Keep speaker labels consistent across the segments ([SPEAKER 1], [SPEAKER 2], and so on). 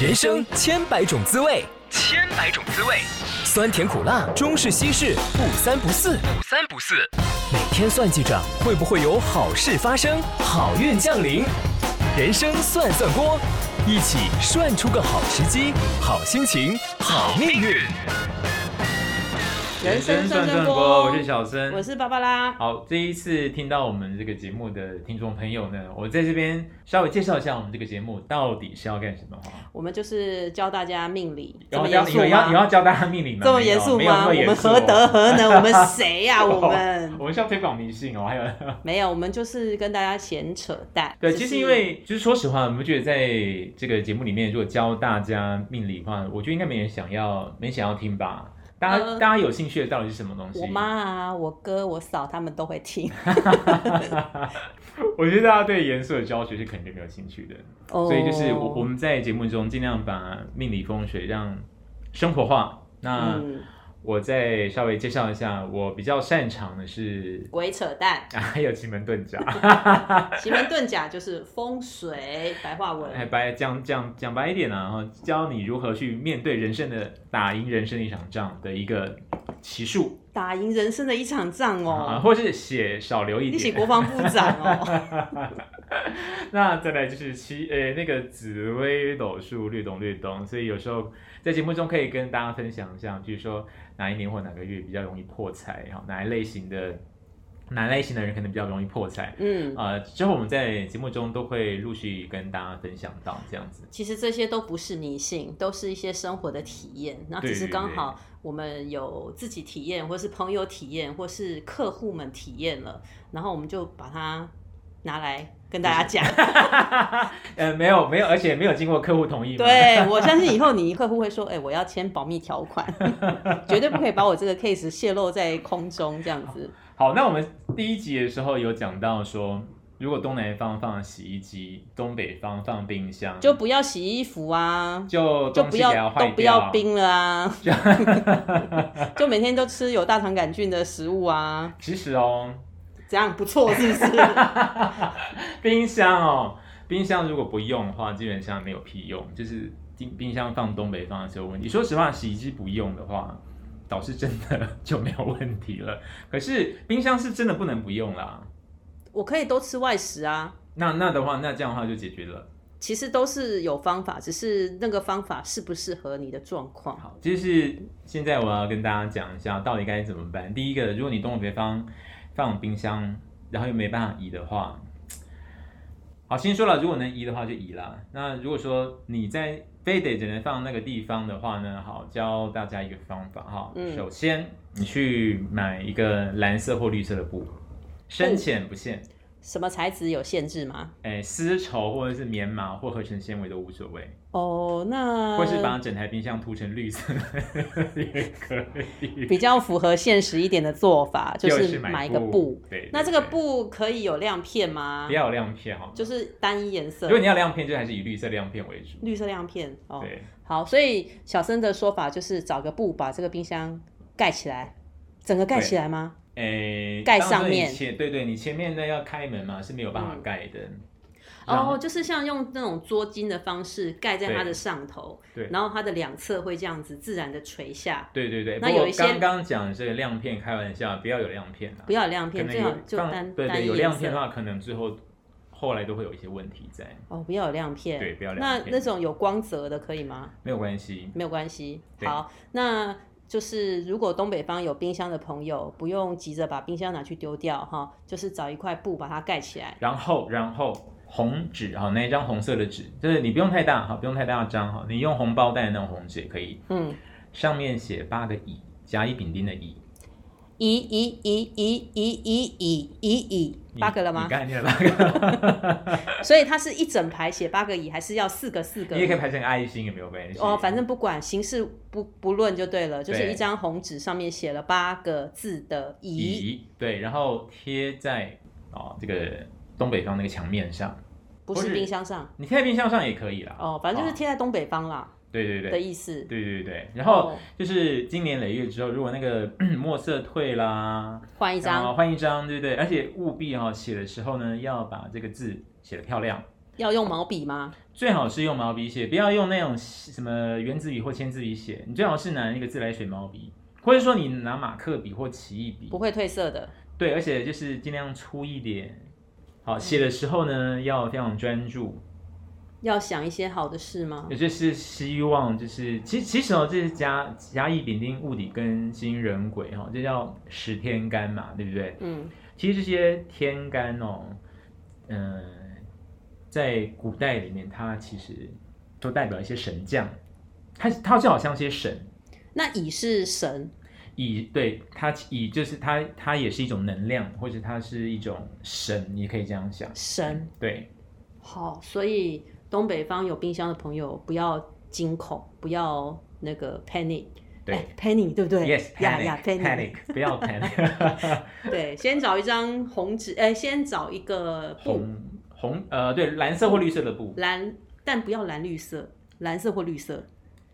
[SPEAKER 1] 人生千百种滋味，千百种滋味，酸甜苦辣，中式西式，不三不四，不三不四。每天算计着会不会有好事发生，好运降临。人生算算锅，一起涮出个好时机、好心情、好命运。
[SPEAKER 2] 人生
[SPEAKER 3] 算
[SPEAKER 2] 算
[SPEAKER 3] 算
[SPEAKER 2] 算
[SPEAKER 3] 锅，
[SPEAKER 2] 锅
[SPEAKER 3] 我是小生，
[SPEAKER 2] 我是芭芭拉，
[SPEAKER 3] 好，这一次听到我们这个节目的听众朋友呢，我在这边稍微介绍一下我们这个节目到底是要干什么哈。
[SPEAKER 2] 我们就是教大家命理，这
[SPEAKER 3] 然
[SPEAKER 2] 么
[SPEAKER 3] 后
[SPEAKER 2] 严
[SPEAKER 3] 要
[SPEAKER 2] 肃
[SPEAKER 3] 有要有要
[SPEAKER 2] 吗？
[SPEAKER 3] 教大家命理吗？
[SPEAKER 2] 这么严肃
[SPEAKER 3] 没有
[SPEAKER 2] 吗？我
[SPEAKER 3] 没有那么
[SPEAKER 2] 们
[SPEAKER 3] 严肃哦
[SPEAKER 2] 何德何能？我们谁 呀？我们
[SPEAKER 3] 我们是要推广迷信哦，还有。
[SPEAKER 2] 没有，我们就是跟大家闲扯淡。
[SPEAKER 3] 对，
[SPEAKER 2] 只
[SPEAKER 3] 其
[SPEAKER 2] 是
[SPEAKER 3] 实因为就是说实话，我们觉得在这个节目里面，如果教大家命理的话，我觉得应该没人想要，没人想要听吧？大家、
[SPEAKER 2] 呃
[SPEAKER 3] 大家有兴趣的到底是什么东西？
[SPEAKER 2] 我妈啊、我哥、我嫂他们都会听。
[SPEAKER 3] 我觉得大家对严肃的教学是肯定没有兴趣的。
[SPEAKER 2] 哦
[SPEAKER 3] 所以就是我我们在节目中尽量把命理风水让生活化。那
[SPEAKER 2] 嗯，
[SPEAKER 3] 我再稍微介绍一下，我比较擅长的是，
[SPEAKER 2] 鬼扯淡
[SPEAKER 3] 啊，还有奇门遁甲，
[SPEAKER 2] 奇门遁甲就是风水白话
[SPEAKER 3] 哎，
[SPEAKER 2] 文。
[SPEAKER 3] 白讲讲讲白一点啊，然后教你如何去面对人生的打赢人生的一场仗的一个奇数、
[SPEAKER 2] 打赢人生的一场仗
[SPEAKER 3] 啊，
[SPEAKER 2] 哦，
[SPEAKER 3] 或是写少留一
[SPEAKER 2] 你写
[SPEAKER 3] 点。
[SPEAKER 2] 国防部长 哦，
[SPEAKER 3] 那再来就是七，呃、那个紫微斗数略懂略懂，所以有时候在节目中可以跟大家分享一下，比如说哪一年或哪个月比较容易破财，哈，哪一类型的哪一类型的人可能比较容易破财。
[SPEAKER 2] 嗯，
[SPEAKER 3] 呃，之后我们在节目中都会陆续跟大家分享到这样子。
[SPEAKER 2] 其实这些都不是迷信，都是一些生活的体验。那
[SPEAKER 3] 对
[SPEAKER 2] 只是
[SPEAKER 3] 对
[SPEAKER 2] 刚
[SPEAKER 3] 对
[SPEAKER 2] 好我们有自己体验，或是朋友体验，或是客户们体验了，然后我们就把它拿来跟大家讲。
[SPEAKER 3] 呃，没有没有，而且没有经过客户同意嘛。
[SPEAKER 2] 对我相信以后你客户会说：“哎、我要签保密条款， 绝对不可以把我这个 case 泄露在空中。”这样 子，
[SPEAKER 3] 好，那我们第一集的时候有讲到说，如果东南方放洗衣机，东北方放冰箱，
[SPEAKER 2] 就不要洗衣服啊。
[SPEAKER 3] 就
[SPEAKER 2] 就
[SPEAKER 3] 东
[SPEAKER 2] 不
[SPEAKER 3] 西给
[SPEAKER 2] 要
[SPEAKER 3] 它坏
[SPEAKER 2] 都
[SPEAKER 3] 掉，
[SPEAKER 2] 不要冰了 啊！就每天都吃有大肠杆菌的食物啊，
[SPEAKER 3] 其实哦，
[SPEAKER 2] 这样不错是不是？
[SPEAKER 3] 冰箱哦，冰箱如果不用的话，基本上没有屁用。就是冰冰箱放东北方的时候问题。说实话，洗衣机不用的话，倒是真的就没有问题了。可是冰箱是真的不能不用啦。
[SPEAKER 2] 我可以都吃外食啊，
[SPEAKER 3] 那那的话，那这样的话就解决了。
[SPEAKER 2] 其实都是有方法，只是那个方法适不适合你的状况。
[SPEAKER 3] 好，就是现在我要跟大家讲一下，到底该怎么办。第一个，如果你东北方放冰箱，然后又没办法移的话，好，先说了，如果能移的话就移啦。那如果说你在非得只能放那个地方的话呢，好，教大家一个方法哈。
[SPEAKER 2] 嗯
[SPEAKER 3] 首先，你去买一个蓝色或绿色的布，深浅不限，
[SPEAKER 2] 什么材质有限制吗？
[SPEAKER 3] 哎，丝绸或者是棉麻或合成纤维都无所谓，
[SPEAKER 2] 哦，那
[SPEAKER 3] 或是把整台冰箱涂成绿色 也可以。
[SPEAKER 2] 比较符合现实一点的做法，就是买
[SPEAKER 3] 买
[SPEAKER 2] 一个布。，
[SPEAKER 3] 对，对
[SPEAKER 2] 那这个
[SPEAKER 3] 对
[SPEAKER 2] 布可以有亮片吗
[SPEAKER 3] 不？要有亮片哈，
[SPEAKER 2] 就是单一颜色
[SPEAKER 3] 如，果你要亮片，就还是以绿色亮片为主。
[SPEAKER 2] 绿色亮片哦。
[SPEAKER 3] 对，
[SPEAKER 2] 好，所以小生的说法就是找个布把这个冰箱盖起来，整个盖起来吗？
[SPEAKER 3] 诶，
[SPEAKER 2] 盖
[SPEAKER 3] 当然
[SPEAKER 2] 上面嗯
[SPEAKER 3] 你前对对，你前面那要开门嘛，是没有办法盖的。然后
[SPEAKER 2] 哦，，就是像用那种捉襟的方式盖在它
[SPEAKER 3] 对
[SPEAKER 2] 的上头，
[SPEAKER 3] 对
[SPEAKER 2] 然后它的两侧会这样子自然的垂下，
[SPEAKER 3] 对对对。
[SPEAKER 2] 那
[SPEAKER 3] 不过
[SPEAKER 2] 有一些
[SPEAKER 3] 刚刚讲这个亮片，开玩笑，不要有亮片啊
[SPEAKER 2] 不，要有亮
[SPEAKER 3] 可
[SPEAKER 2] 片，
[SPEAKER 3] 能
[SPEAKER 2] 最好
[SPEAKER 3] 有
[SPEAKER 2] 就
[SPEAKER 3] 放
[SPEAKER 2] 单
[SPEAKER 3] 对
[SPEAKER 2] 单
[SPEAKER 3] 对
[SPEAKER 2] 一
[SPEAKER 3] 有
[SPEAKER 2] 颜
[SPEAKER 3] 亮片
[SPEAKER 2] 色
[SPEAKER 3] 的话，可能最后后来都会有一些问题在，
[SPEAKER 2] 哦，不要有亮片。
[SPEAKER 3] 对不要有亮
[SPEAKER 2] 那
[SPEAKER 3] 片
[SPEAKER 2] 那种有光泽的可以吗？
[SPEAKER 3] 没有关系。
[SPEAKER 2] 没有关系。
[SPEAKER 3] 对
[SPEAKER 2] 好，那就是如果东北方有冰箱的朋友，不用急着把冰箱拿去丢掉哈，就是找一块布把它盖起来。
[SPEAKER 3] 然后然后。红纸哈，那一张红色的纸，就是你不用太大哈，不用太大张哈，你用红包袋的那种红纸也可以，
[SPEAKER 2] 嗯，
[SPEAKER 3] 上面写八个乙，甲乙丙丁的乙，
[SPEAKER 2] 一一一一一一一一一
[SPEAKER 3] 你
[SPEAKER 2] 八个了
[SPEAKER 3] 你
[SPEAKER 2] 吗？
[SPEAKER 3] 刚才念了八个，
[SPEAKER 2] 所以它是一整排写八个乙，还是要四个四个
[SPEAKER 3] 你？也可以排成个爱心，也没有关系。
[SPEAKER 2] 哦，反正不管形式不不论就对了，就是
[SPEAKER 3] 对
[SPEAKER 2] 一张红纸上面写了八个字的乙，
[SPEAKER 3] 乙对，然后贴在哦这个东北方那个墙面上，
[SPEAKER 2] 不
[SPEAKER 3] 不
[SPEAKER 2] 是
[SPEAKER 3] 是
[SPEAKER 2] 冰箱上。
[SPEAKER 3] 你贴在冰箱上也可以啦。
[SPEAKER 2] 哦，反正就是
[SPEAKER 3] 哦
[SPEAKER 2] 贴在东北方啦、
[SPEAKER 3] 对对
[SPEAKER 2] 的
[SPEAKER 3] 对。
[SPEAKER 2] 意思。
[SPEAKER 3] 哦对对对，然后
[SPEAKER 2] 哦
[SPEAKER 3] 就是经年累月之后，如果那个 墨色退啦，
[SPEAKER 2] 换一
[SPEAKER 3] 然后
[SPEAKER 2] 张，
[SPEAKER 3] 换一张，对不对？而且务必哈、哦、写的时候呢，要把这个字写的漂亮，
[SPEAKER 2] 要用毛笔吗？
[SPEAKER 3] 最好是用毛笔写，不要用那种什么圆珠笔或铅字笔写，你最好是拿那个自来水毛笔，或者说你拿马克笔或奇异笔
[SPEAKER 2] 不。会褪色的。
[SPEAKER 3] 对，而且就是尽量粗一点。好，写的时候呢，要非常专注，
[SPEAKER 2] 要想一些好的事吗？
[SPEAKER 3] 也就是希望就是，其其实哦，这是甲甲乙丙丁戊己庚辛壬癸哈，这叫十天干嘛，对不对？
[SPEAKER 2] 嗯，
[SPEAKER 3] 其实这些天干哦，嗯、在古代里面，它其实都代表一些神将，它它就好像些神，
[SPEAKER 2] 那乙是神，
[SPEAKER 3] 以对它以就是它它也是一种能量，或者它是一种神，你可以这样想。
[SPEAKER 2] 神
[SPEAKER 3] 对，
[SPEAKER 2] 好，所以东北方有冰箱的朋友不要惊恐，不要那个 panic，
[SPEAKER 3] 对
[SPEAKER 2] 哎 panic 对不对
[SPEAKER 3] yes
[SPEAKER 2] 呀呀
[SPEAKER 3] panic panic 不 要 panic
[SPEAKER 2] 对，先找一张红纸，哎，先找一个布
[SPEAKER 3] 红红呃对蓝色或绿色的布
[SPEAKER 2] 蓝，但不要蓝绿色，蓝色或绿色，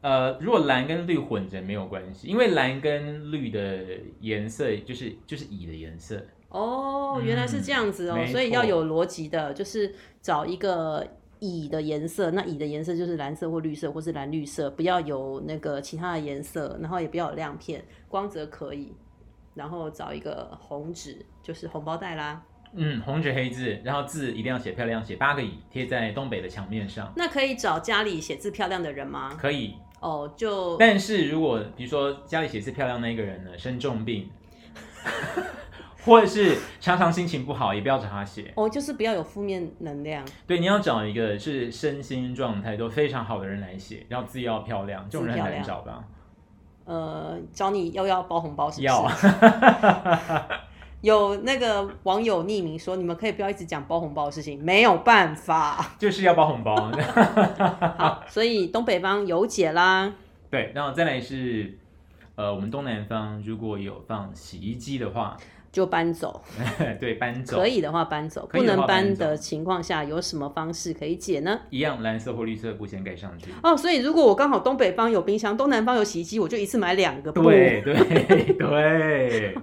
[SPEAKER 3] 呃，如果蓝跟绿混着没有关系，因为蓝跟绿的颜色就是就是乙的颜色，
[SPEAKER 2] 哦，原来是这样子哦，
[SPEAKER 3] 嗯没
[SPEAKER 2] 所以要
[SPEAKER 3] 错
[SPEAKER 2] 有逻辑的，就是找一个乙的颜色，那乙的颜色就是蓝色或绿色或是蓝绿色，不要有那个其他的颜色，然后也不要有亮片，光泽可以。然后找一个红纸，就是红包袋啦。
[SPEAKER 3] 嗯，红纸黑字，然后字一定要写漂亮，写八个乙，贴在东北的墙面上，
[SPEAKER 2] 那可以找家里写字漂亮的人吗？
[SPEAKER 3] 可以。
[SPEAKER 2] 哦，就
[SPEAKER 3] 但是如果比如说家里写字漂亮那个人呢，生重病， 或者是常常心情不好，也不要找他写。
[SPEAKER 2] 哦，就是不要有负面能量，
[SPEAKER 3] 对，你要找一个是身心状态都非常好的人来写，然后字要漂亮，这种人
[SPEAKER 2] 字漂
[SPEAKER 3] 很
[SPEAKER 2] 亮
[SPEAKER 3] 难找吧？
[SPEAKER 2] 呃，找你要要包红包是不是？
[SPEAKER 3] 要
[SPEAKER 2] 有那个网友匿名说，你们可以不要一直讲包红包的事情，没有办 法。
[SPEAKER 3] 就是要包红 包。
[SPEAKER 2] 好，所以东北方有解啦。
[SPEAKER 3] 对，然后再来是，呃，我们东南方如果有放洗衣机的话，
[SPEAKER 2] 就搬走，
[SPEAKER 3] 对，搬走
[SPEAKER 2] 可以的话搬走，
[SPEAKER 3] 可以
[SPEAKER 2] 不
[SPEAKER 3] 的话
[SPEAKER 2] 能搬
[SPEAKER 3] 搬走
[SPEAKER 2] 的情况下，有什么方式可以解呢？
[SPEAKER 3] 一样蓝色或绿色布先盖上去。
[SPEAKER 2] 哦，所以如果我刚好东北方有冰箱，东南方有洗衣机，我就一次买两个布，
[SPEAKER 3] 对 对对，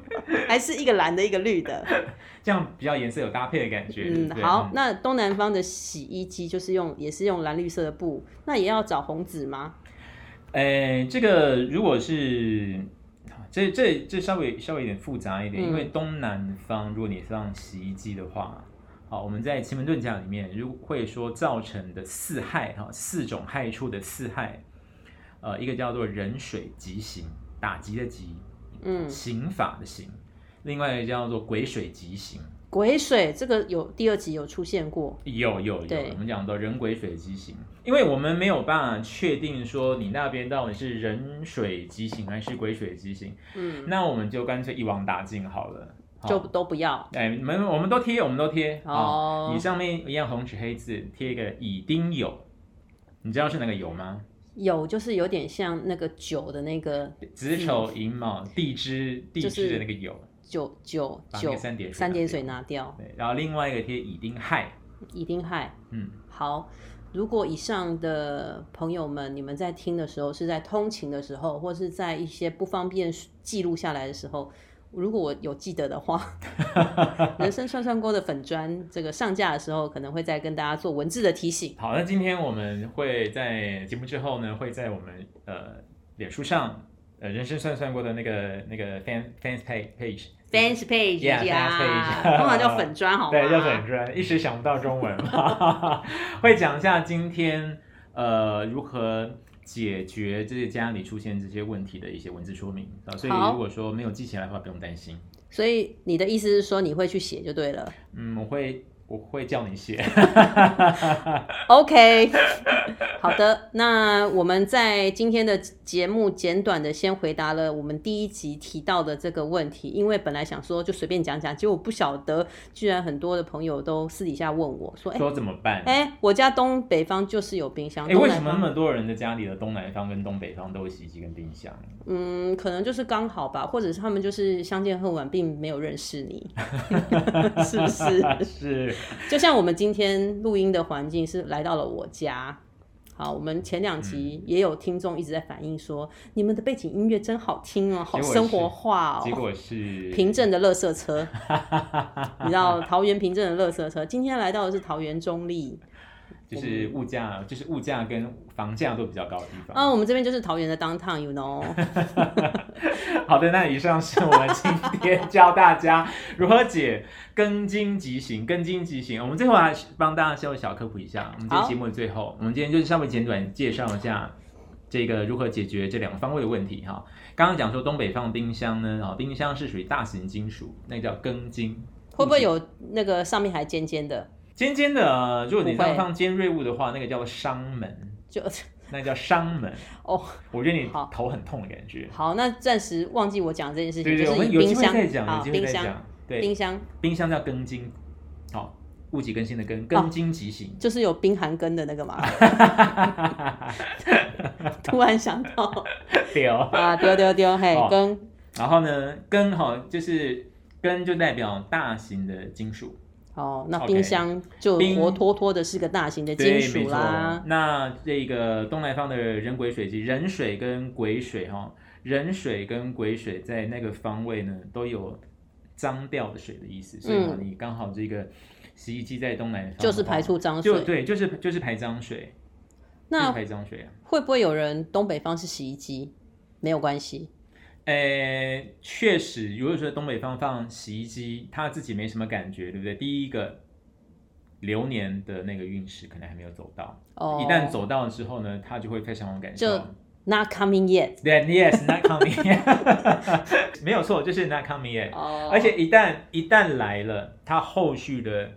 [SPEAKER 2] 还是一个蓝的，一个绿的。
[SPEAKER 3] 这样比较颜色有搭配的感觉。
[SPEAKER 2] 嗯
[SPEAKER 3] 对不，对
[SPEAKER 2] 好，，那东南方的洗衣机就是用，也是用蓝绿色的布，那也要找红纸吗？
[SPEAKER 3] 诶、哎这个如果是这这这稍微稍微有点复杂一点，
[SPEAKER 2] 嗯
[SPEAKER 3] 因为东南方如果你放洗衣机的话，好，我们在奇门遁甲里面如果会说造成的四害哈，四种害处的四害，呃，一个叫做人水极刑，打击的击，
[SPEAKER 2] 嗯，
[SPEAKER 3] 刑法的刑，另外一个叫做癸水极刑。
[SPEAKER 2] 癸水这个有第二集有出现过，
[SPEAKER 3] 有有有
[SPEAKER 2] 对，
[SPEAKER 3] 我们讲到人鬼水畸形，因为我们没有办法确定说你那边到底是人水畸形还是鬼水畸形，
[SPEAKER 2] 嗯，
[SPEAKER 3] 那我们就干脆一网打尽好了。好
[SPEAKER 2] 就都不要。
[SPEAKER 3] 哎，没有我们都贴，我们都贴。
[SPEAKER 2] 哦
[SPEAKER 3] 好你上面一样红纸黑字贴一个乙丁酉，你知道是哪个酉吗？
[SPEAKER 2] 有就是有点像那个酒的那个
[SPEAKER 3] 子丑寅卯地支地支的那个酉，
[SPEAKER 2] 酒酒
[SPEAKER 3] 把那
[SPEAKER 2] 酒
[SPEAKER 3] 个三点水
[SPEAKER 2] 三点
[SPEAKER 3] 拿掉
[SPEAKER 2] 水拿掉，
[SPEAKER 3] 对，然后另外一个贴乙丁亥，
[SPEAKER 2] 一定害。
[SPEAKER 3] 嗯，
[SPEAKER 2] 好，如果以上的朋友们，你们在听的时候是在通勤的时候，或是在一些不方便记录下来的时候，如果我有记得的话， 人生涮涮锅的粉砖这个上架的时候，可能会再跟大家做文字的提醒。
[SPEAKER 3] 好，那今天我们会在节目之后呢，会在我们呃脸书上呃人生算算过的那个那个 fan fans page page
[SPEAKER 2] Fans page
[SPEAKER 3] Yeah,
[SPEAKER 2] 呀
[SPEAKER 3] fans page
[SPEAKER 2] 通常叫粉砖好吗？
[SPEAKER 3] 对叫粉啊专，一时想不到中文啊嘛，会讲一下今天呃如何。解决这些家里出现这些问题的一些文字说明啊，所以
[SPEAKER 2] 好
[SPEAKER 3] 如果说没有记起来的话，不用担心。
[SPEAKER 2] 所以你的意思是说你会去写就对了。
[SPEAKER 3] 嗯，我会我会叫你写。
[SPEAKER 2] 哎 OK，好的，那我们在今天的节目简短的先回答了我们第一集提到的这个问题，因为本来想说就随便讲讲，结果不晓得居然很多的朋友都私底下问我说，哎、
[SPEAKER 3] 说怎么办？
[SPEAKER 2] 哎、我家东北方就是有冰箱，
[SPEAKER 3] 嗯哎、
[SPEAKER 2] 东
[SPEAKER 3] 为
[SPEAKER 2] 南
[SPEAKER 3] 什么那
[SPEAKER 2] 方
[SPEAKER 3] 么多人的家里的东南方跟东北方都有洗衣机跟冰箱？
[SPEAKER 2] 嗯，可能就是刚好吧，或者是他们就是相见恨晚，并没有认识 你，是不是？
[SPEAKER 3] 是
[SPEAKER 2] 就像我们今天录音的环境是来到了我家。好，我们前两
[SPEAKER 3] 嗯
[SPEAKER 2] 集也有听众一直在反映说，你们的背景音乐真好听哦，好
[SPEAKER 3] 结果
[SPEAKER 2] 生
[SPEAKER 3] 是
[SPEAKER 2] 活化
[SPEAKER 3] 结
[SPEAKER 2] 哦。
[SPEAKER 3] 果是
[SPEAKER 2] 平镇的垃圾车，你 知道桃园平镇的垃圾车，今天来到的是桃园中立，
[SPEAKER 3] 就是物价，就是物价跟房价都比较高的地方。
[SPEAKER 2] 啊、我们这边就是桃园的 downtown，you know，
[SPEAKER 3] 好的，那以上是我们今天教大家如何解根茎即行，根茎即行。我们最后来帮大家稍微小科普一下，我们今天
[SPEAKER 2] 好
[SPEAKER 3] 节目的最后，我们今天就是稍微简短介绍一下这个如何解决这两个方位的问题哈。刚刚讲说东北放冰箱呢，啊，冰箱是属于大型金属，那叫根茎。
[SPEAKER 2] 会不会有那个上面还尖尖的？
[SPEAKER 3] 尖尖的？呃如果你
[SPEAKER 2] 不会
[SPEAKER 3] 要放尖锐物的话，那个叫做伤门，
[SPEAKER 2] 就
[SPEAKER 3] 那叫伤门。
[SPEAKER 2] 哦，
[SPEAKER 3] 我觉得你
[SPEAKER 2] 好
[SPEAKER 3] 头很痛的感觉。
[SPEAKER 2] 好，那暂时忘记我讲这件事情，
[SPEAKER 3] 对对，
[SPEAKER 2] 就
[SPEAKER 3] 我
[SPEAKER 2] 是
[SPEAKER 3] 们
[SPEAKER 2] 以
[SPEAKER 3] 有机
[SPEAKER 2] 冰
[SPEAKER 3] 会
[SPEAKER 2] 箱
[SPEAKER 3] 再讲，有
[SPEAKER 2] 啊，
[SPEAKER 3] 机会
[SPEAKER 2] 冰
[SPEAKER 3] 再
[SPEAKER 2] 箱，
[SPEAKER 3] 讲。对，
[SPEAKER 2] 冰箱
[SPEAKER 3] 冰箱叫根茎，好、物极更新的根，
[SPEAKER 2] 哦
[SPEAKER 3] 根茎即行。
[SPEAKER 2] 就是有冰寒根的那个 嘛。突然想 到
[SPEAKER 3] 对哦。
[SPEAKER 2] 啊，丢丢丢，嘿
[SPEAKER 3] 哦，
[SPEAKER 2] 跟
[SPEAKER 3] 然后呢，根哈、就是根就代表大型的金属，
[SPEAKER 2] 哦，那
[SPEAKER 3] OK
[SPEAKER 2] 冰箱就
[SPEAKER 3] 冰
[SPEAKER 2] 活脱脱的是个大型的金
[SPEAKER 3] 对，没
[SPEAKER 2] 属
[SPEAKER 3] 错
[SPEAKER 2] 啦。。
[SPEAKER 3] 那这个东南方的人癸水及人水跟癸水哈、人水跟癸水在那个方位呢都有脏掉的水的意思，所以呢、
[SPEAKER 2] 嗯
[SPEAKER 3] 你刚好这个洗衣机在东南方的话
[SPEAKER 2] 就是排出脏
[SPEAKER 3] 哦就
[SPEAKER 2] 水，
[SPEAKER 3] 对，就是就是排脏水，就是
[SPEAKER 2] 哦那
[SPEAKER 3] 排脏水啊。
[SPEAKER 2] 会不会有人东北方是洗衣机？没有关系，
[SPEAKER 3] 呃，确实，如果说东北方放洗衣机，他自己没什么感觉，对不对？第一个，流年的那个运势可能还没有走到，
[SPEAKER 2] 哦
[SPEAKER 3] 一旦走到了之后呢，他就会非常有感受。
[SPEAKER 2] 就 not coming yet。
[SPEAKER 3] That yes, not coming yet，没有 错，就是 not coming yet。
[SPEAKER 2] 哦
[SPEAKER 3] 而且一旦一旦来了，他后续的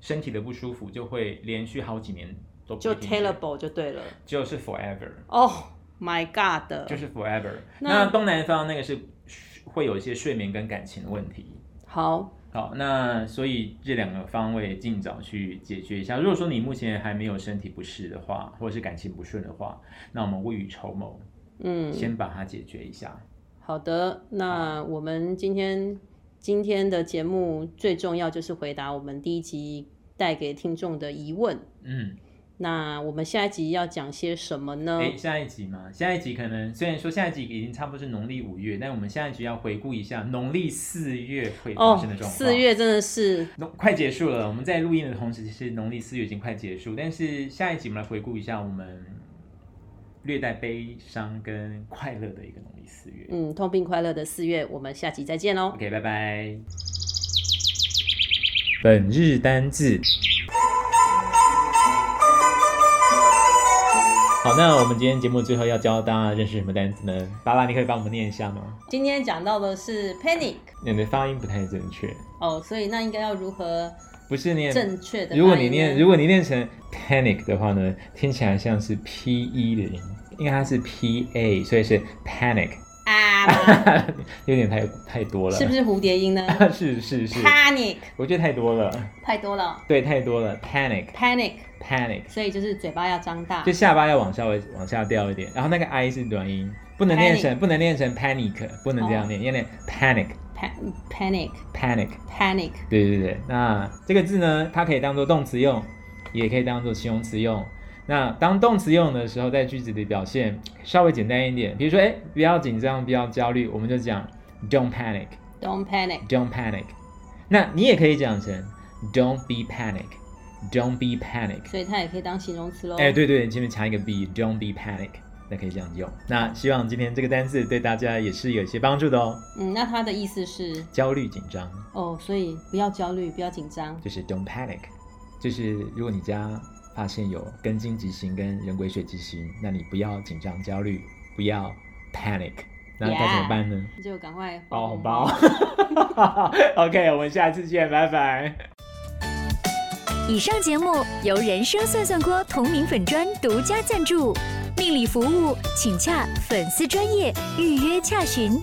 [SPEAKER 3] 身体的不舒服就会连续好几年都不
[SPEAKER 2] 就
[SPEAKER 3] 会停止
[SPEAKER 2] terrible 就对了。
[SPEAKER 3] 就是 forever。
[SPEAKER 2] Oh my god！
[SPEAKER 3] 就是 forever。
[SPEAKER 2] 那
[SPEAKER 3] 那东南方那个是会有一些睡眠跟感情的问题。
[SPEAKER 2] 好，
[SPEAKER 3] 好，那所以这两个方位尽早去解决一下。如果说你目前还没有身体不适的话，或者是感情不顺的话，那我们未雨绸缪，
[SPEAKER 2] 嗯，
[SPEAKER 3] 先把它解决一下。
[SPEAKER 2] 好的，那我们今天今天的节目最重要就是回答我们第一集带给听众的疑问。
[SPEAKER 3] 嗯，
[SPEAKER 2] 那我们下一集要讲些什么呢？
[SPEAKER 3] 诶，下一集嘛，下一集可能虽然说下一集已经差不多是农历五月，但我们下一集要回顾一下农历四月会发
[SPEAKER 2] 哦
[SPEAKER 3] 生的，状况。
[SPEAKER 2] 四月真的是
[SPEAKER 3] 农快结束了，我们在录音的同时，其实农历四月已经快结束，但是下一集我们来回顾一下我们略带悲伤跟快乐的一个农历四月。
[SPEAKER 2] 嗯，痛并快乐的四月，我们下集再见喽。
[SPEAKER 3] OK，拜拜。本日单字。好，那我们今天节目最后要教大家认识什么单词呢？巴拉，你可以帮我们念一下吗？
[SPEAKER 2] 今天讲到的是 panic
[SPEAKER 3] 你的发音不太正确，
[SPEAKER 2] 哦，所以那应该要如何
[SPEAKER 3] 不是念
[SPEAKER 2] 正确的？
[SPEAKER 3] 如果你念，如果你念成 panic 的话呢，听起来像是 p e 的音，因为它是 p a，所以是 panic，
[SPEAKER 2] 啊，
[SPEAKER 3] 有点太太多了，
[SPEAKER 2] 是不是蝴蝶音呢
[SPEAKER 3] 是是是，
[SPEAKER 2] ？panic
[SPEAKER 3] 我觉得太多了，
[SPEAKER 2] 太多了
[SPEAKER 3] 对，太多了，panic
[SPEAKER 2] ，panic，
[SPEAKER 3] panic，
[SPEAKER 2] 所以就是嘴巴要张大
[SPEAKER 3] 就。下巴要往下往下掉一点，然后那个 i 是短音，不能念成不能念成 panic，不能这样
[SPEAKER 2] 哦
[SPEAKER 3] 念，要念 panic
[SPEAKER 2] Pa- panic
[SPEAKER 3] panic，
[SPEAKER 2] panic
[SPEAKER 3] 对对对，那这个字呢，它可以当做动词用，也可以当做形容词用。那当动词用的时候，在句子里表现稍微简单一点，比如说，哎，不要紧张，不要焦虑，我们就讲 don't panic，don't
[SPEAKER 2] don't panic
[SPEAKER 3] panic。那你也可以讲成 don't be panic，don't be panic。
[SPEAKER 2] 所以它也可以当形容词喽。
[SPEAKER 3] 哎，对对，前面强一个 be，don't be panic，那可以这样用。那希望今天这个单字对大家也是有一些帮助的哦。
[SPEAKER 2] 嗯，那它的意思是
[SPEAKER 3] 焦虑紧张。
[SPEAKER 2] 哦，所以不要焦虑，不要紧张。
[SPEAKER 3] 就是 don't panic，就是如果你家发现有根茎急行跟人癸水急行，那你不要紧张焦虑，不要 panic，那该怎么办呢？
[SPEAKER 2] 就赶快红
[SPEAKER 3] 包红包。OK，我们下次见，拜拜。
[SPEAKER 4] 以上节目由人生算算锅同名粉专独家赞助，命理服务请洽粉丝专业预约洽询。